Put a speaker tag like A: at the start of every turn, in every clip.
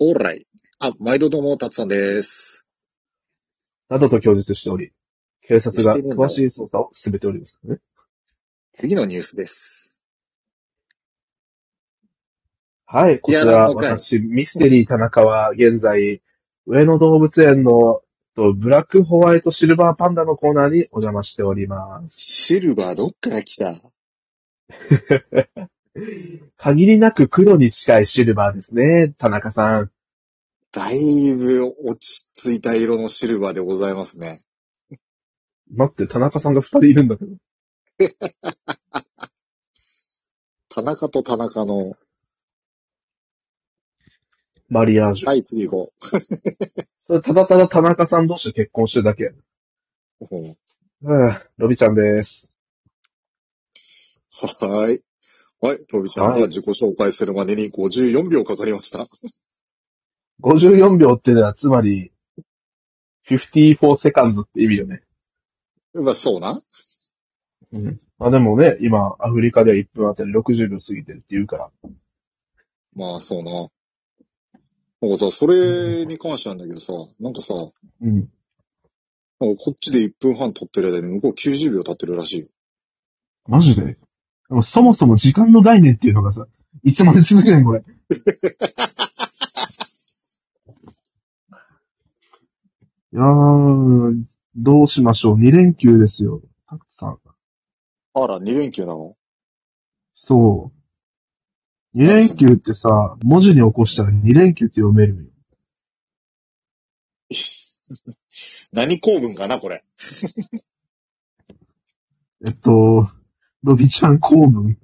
A: オーライ。あ、毎度どうも、たつさんです。
B: などと供述しており、警察が
A: してるんだ
B: 詳しい捜査を進めておりますからね。
A: 次のニュースです。
B: はい、こ
A: い
B: ち
A: やな
B: ら、
A: んか
B: 私、ミステリー田中は現在、上野動物園のとブラックホワイトシルバーパンダのコーナーにお邪魔しております。
A: シルバーどっから来た
B: 限りなく黒に近いシルバーですね、田中さん。
A: だいぶ落ち着いた色のシルバーでございますね。
B: 待って、田中さんが二人いるんだけど。
A: 田中と田中の。
B: マリアージュ。
A: はい、次行こ
B: それただただ田中さん同士で結婚してるだけや。
A: う。うん
B: うん、ロビちゃんです。
A: はーい。はい、ロビちゃん
B: はい
A: が自己紹介するまでに54秒かかりました。
B: 54秒ってのは、つまり、54 seconds って意味よね。
A: まあ、そうな。
B: うん。まあでもね、今、アフリカでは1分あたり60秒過ぎてるって言うから。
A: まあ、そうな。なんかさ、それに関してなんだけどさ、なんかさ、
B: うん。
A: なんかこっちで1分半経ってる間に向こう90秒経ってるらしいよ。
B: マジでそもそも時間の概念っていうのがさ、いつまで続くねん、こ れ。いやー、どうしましょう。2連休ですよ。たくさん。
A: あら、2連休なの
B: そう。2連休ってさ、文字に起こしたら2連休って読めるよ。
A: 何構文かな、これ。
B: えっと、ロビちゃん公文。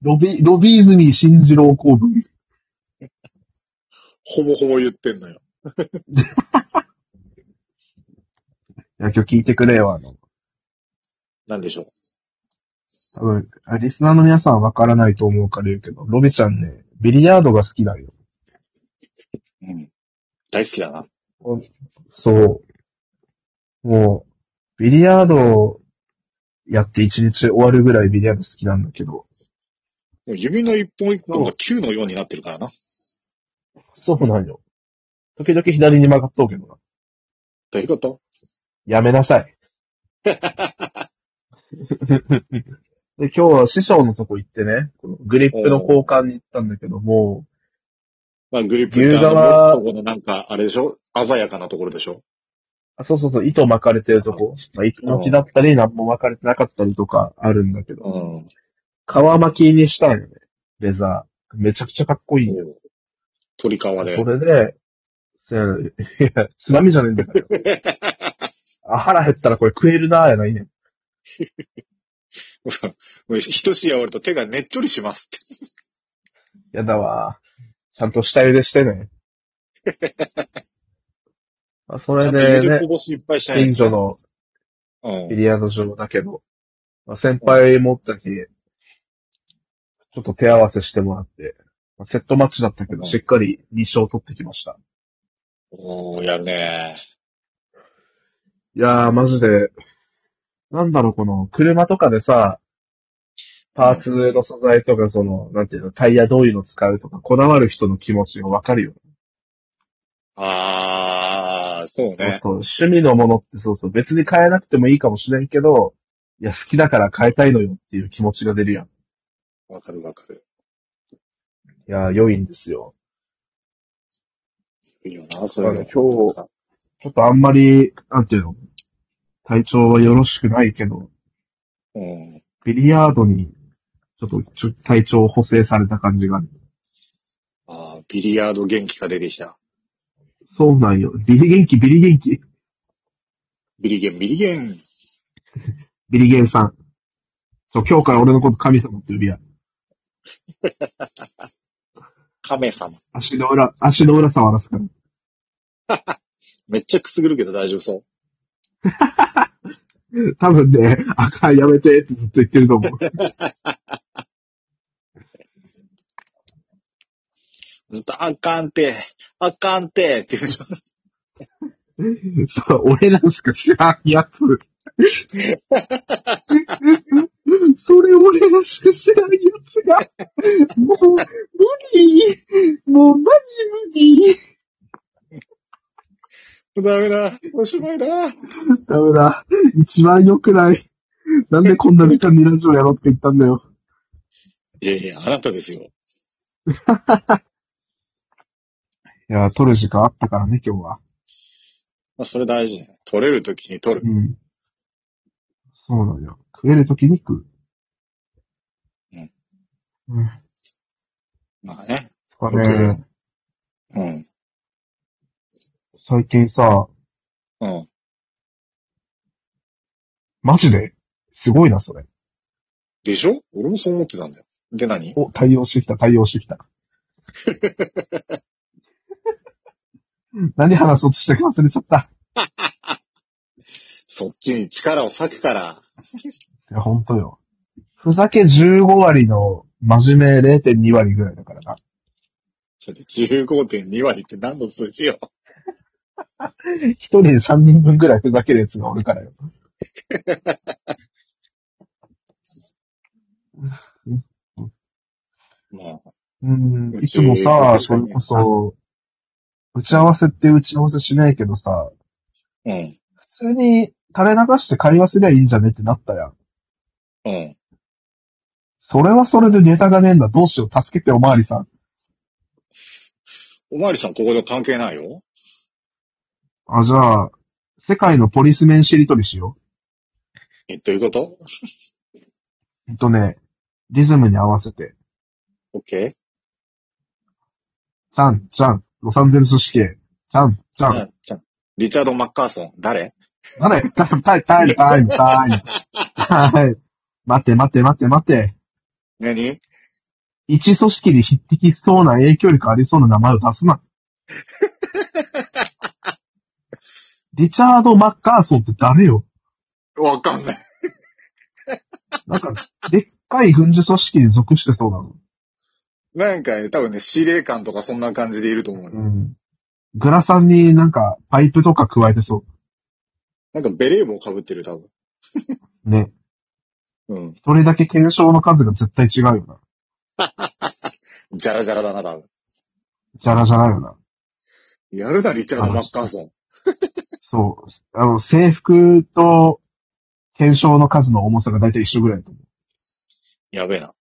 B: ロビ、ロビーズミー新次郎公文。
A: ほぼほぼ言ってんのよ。
B: いや、今日聞いてくれよ、あの、
A: なんでしょう。
B: 多分、あリスナーの皆さんはわからないと思うから言うけど、ロビちゃんね、ビリヤードが好きだよ。
A: うん。大好きだな。
B: そう。もう、ビリヤードをやって一日終わるぐらいビリヤード好きなんだけど、
A: もう指の一本一本が球のようになってるからな。
B: そうなんよ。時々左に曲がっとうけどな。
A: どういうこと
B: やめなさ い。で、今日は師匠のとこ行ってね、このグリップの交換に行ったんだけども、
A: まあ、グリップってあ
B: 牛
A: の、
B: 革
A: 持つとこのなんか、あれでしょ鮮やかなところでしょ
B: あそうそうそう、糸巻かれてるとこ、まあ、糸巻きだったり、何も巻かれてなかったりとかあるんだけ
A: う
B: ど、
A: ん。
B: 皮巻きにしたんよね、レザー。めちゃくちゃかっこいいよ。
A: 鳥皮で
B: そ。れで、せやねいや、津波じゃねえんだから。あ腹減ったらこれ食えるなーやないねん。
A: もう一試合終わると手がねっちょりしますって。
B: やだわー。ちゃんと下茹でし てね。まあそ
A: ちゃん
B: れ
A: と指
B: でね
A: でこ、ぼしいっぱいしない
B: 近所の
A: う
B: ビ
A: ん。
B: リヤード場だけど、まあ、先輩持った日、ちょっと手合わせしてもらって、まあ、セットマッチだったけ
A: うん
B: ど、しっかり2勝取ってきました。
A: おー、やるね
B: いやー、マジで、なんだろう、この、車とかでさ、パーツの素材とか、その、なんていうの、タイヤどういうの使うとか、こだわる人の気持ちがわかるよ。
A: あー、そうね。
B: そう趣味のものってそうそう、別に変えなくてもいいかもしれんけど、いや、好きだから変えたいのよっていう気持ちが出るやん。い
A: わかるわかる。
B: やー、良いんですよ。
A: いいよな、そういうの。
B: 今日ちょっとあんまり、なんていうの、体調はよろしくないけど、
A: うん。
B: ビリヤードに、ちょっとちょ体調を補正された感じがある。
A: あー、ビリヤード元気が出てきた。
B: そうなんよ。ビリ元気、ビリ元気。
A: ビリゲン、ビリゲン。
B: ビリゲンさん。そう、今日から俺のこと神様って呼びや。
A: 亀様。
B: 足の裏、足の裏触らすから。
A: めっちゃくすぐるけど大丈夫そう。
B: 多分ね、あかん、やめてってずっと言ってると思う。
A: ずっと、あかんて、あかんて、って言うでしょ。
B: そう、俺なんしか知らんやつ。それ俺らしか知らんやつが、もう、無理、無もうマジ無理。
A: ダメだ。おしまいだ。
B: ダメだ。一番良くない。なんでこんな時間にラジオやろうって言ったんだよ。
A: いやいや、あなたですよ。
B: いや、撮る時間あったからね、今日は。
A: まあ、それ大事ね。取れるときに取る。
B: うん。そうなのよ。食えるときに食う。
A: うん。
B: うん。
A: まあね。
B: そこね、
A: うん。
B: 最近さ、
A: うん。
B: マジで、すごいな、それ。
A: でしょ俺もそう思ってたんだよ。で何
B: お、対応してきた、対応して きた。何話そうとしたか忘れちゃった。
A: そっちに力を割くから。
B: いや、ほんとよ。ふざけ15割の真面目0.2割ぐらいだからな。
A: それで15.2割って何の数字よ。
B: 一人で3人分ぐらいふざけるやつがおるからよ。
A: まあ、
B: うん、
A: う
B: い
A: ち
B: つもさ、
A: 確か
B: そ
A: に
B: れこそ、打ち合わせって打ち合わせしないけどさ、
A: うん。
B: 普通に垂れ流して会話すりゃいいんじゃねってなったやん。
A: うん。
B: それはそれでネタがねえんだ。どうしよう。助けておまわりさん。
A: おまわりさん、ここで関係ないよ。
B: あ、じゃあ、世界のポリスメンしりとりしよ
A: え、どういうこと
B: う。えっとね、リズムに合わせて。
A: オッケ
B: ちゃん、ちゃん、ロサンゼルス死刑。ちゃん、ちゃ
A: ー
B: ん。
A: うんじゃあリチャード・マッカーソン、誰
B: あれタイム、タイム、タイム、タイム、タイム。はい。待て、待て、待て、待て。
A: 何
B: 一組織に匹敵しそうな影響力ありそうな名前を出すな。リチャード・マッカーソンって誰よ
A: わかんない。
B: なんか、でっかい軍事組織に属してそうなの。
A: なんかね、多分ね、司令官とかそんな感じでいると思うよ。
B: うん。グラさんになんか、パイプとか加えてそ
A: なんかベレー帽被ってる、多分。
B: う。ね。
A: うん。
B: それだけ検証の数が絶対違うよな。
A: ジャラジャラだな、多分。
B: じゃらじゃらよな。
A: やるな、リチャード・マッカーソン。
B: そう。あの、制服と、検証の数の重さが大体一緒ぐらいだと思
A: やべえな。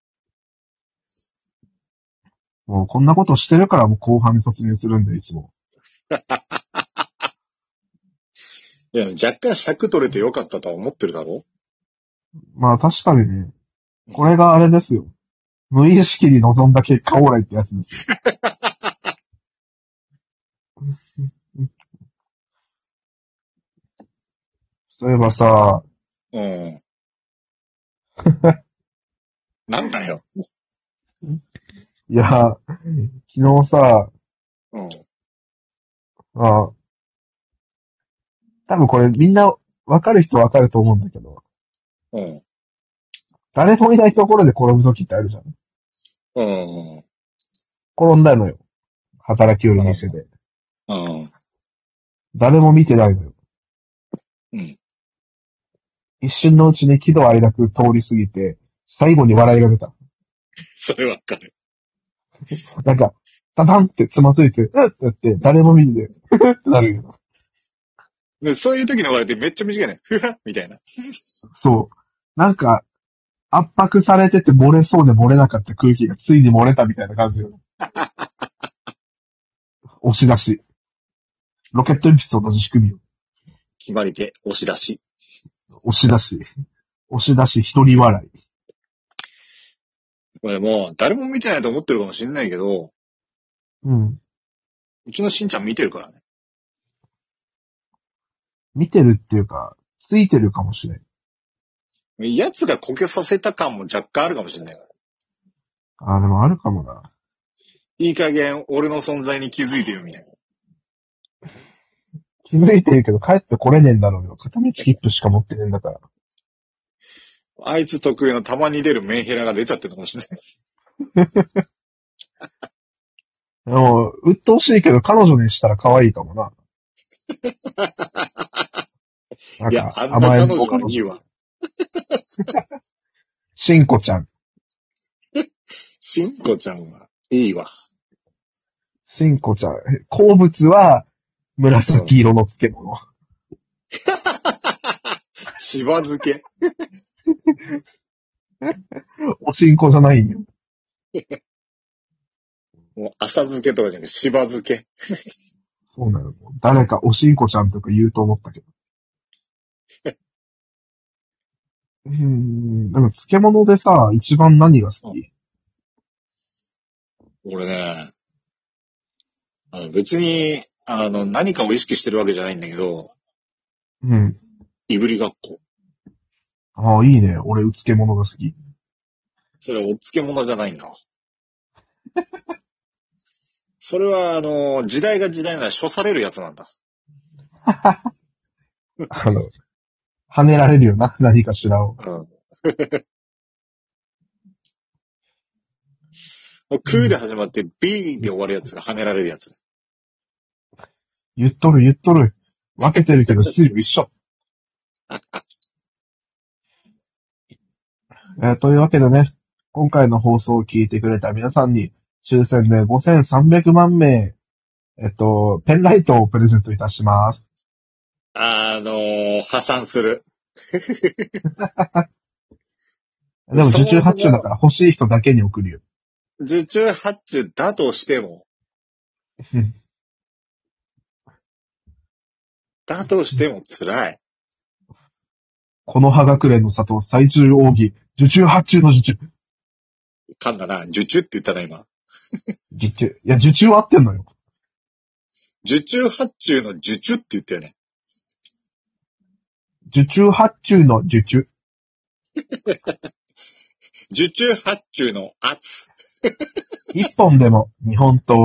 B: う。もうこんなことしてるからもう後半に突入するんで、いつも。
A: いや、若干尺取れてよかったとは思ってるだろ
B: まあ確かにね、これがあれですよ。無意識に望んだ結果オーライってやつですよ。 そういえばさ、
A: うん。なんだよ。
B: いや、昨日さ、
A: うん。
B: あ多分これみんなわかる人わかると思うんだけど、
A: うん。
B: 誰もいないところで転ぶ時ってあるじゃん。
A: うん。
B: 転んだのよ。働きより店で。
A: うん。
B: 誰も見てないのよ。
A: うん。
B: 一瞬のうちに喜怒哀楽通り過ぎて、最後に笑いが出た。
A: それわかる。
B: なんか、ダダンってつまずいて、うっってやって、誰も見 て、ふふってなるよ。
A: でそういう時の笑いってめっちゃ短いね。ふはっみたいな。
B: そう。なんか、圧迫されてて漏れそうで漏れなかった空気がついに漏れたみたいな感じよ。 押し出し。ロケット鉛筆と同じ仕組みよ。
A: 決まり手、押し出し。
B: 押し出し。押し出し、一人笑い。
A: これもう、誰も見てないと思ってるかもしれないけど、
B: うん。
A: うちのしんちゃん見てるからね。
B: 見てるっていうか、ついてるかもしれん。
A: 奴がこけさせた感も若干あるかもしれないから。
B: あー、でもあるかもな。
A: いい加減、俺の存在に気づいてよ、みたいな。
B: 気づいてるけど帰ってこれねえんだろうよ。片道切符しか持ってねえんだから。
A: あいつ得意のたまに出るメンヘラが出ちゃってるのかもしれない。
B: でもう、鬱陶しいけど彼女にしたら可愛いかもな。な ん
A: いや、
B: か
A: あんな彼女
B: 甘えん
A: は
B: 坊
A: いいわ。
B: しんこちゃん。
A: しんこちゃんはいいわ。
B: しんこちゃん。え好物は、紫色の漬物。
A: しば漬け。
B: おしんこじゃないんよ。
A: もう浅漬けとかじゃなくて、しば漬け。
B: そうなの。もう誰かおしんこちゃんとか言うと思っ たけど。うーん、でも漬物でさ、一番何が好き
A: 俺ね、あの別に、あの、何かを意識してるわけじゃないんだけど、
B: うん。
A: いぶりがっこ。
B: ああ、いいね。俺、漬物が好 き。
A: それお漬物じゃないんだ。それは、あの、時代が時代なら処されるやつなんだ。
B: あの、跳ねられるよな、何かしらを。
A: うん。空で始まって B で終わるやつが跳ねられるやつ。
B: 言っとる、言っとる。分けてるけど、水分一緒。えーというわけでね、今回の放送を聞いてくれた皆さんに、抽選で5300万名、えっと、ペンライトをプレゼントいたします。
A: あの破産する。
B: でも、受注発注だから欲しい人だけに送るよ。
A: 受注発注だとしても
B: うん。
A: だとしても辛い。
B: この葉学連の里最重奥義、受注発注の受注。
A: 噛んだな。受注って言ったな、今。
B: 受注。いや、受注は合ってんのよ。
A: 受注発注の受注って言ったよね。
B: 受注発注の受注。
A: 受注発注の圧。
B: 一本でも日本刀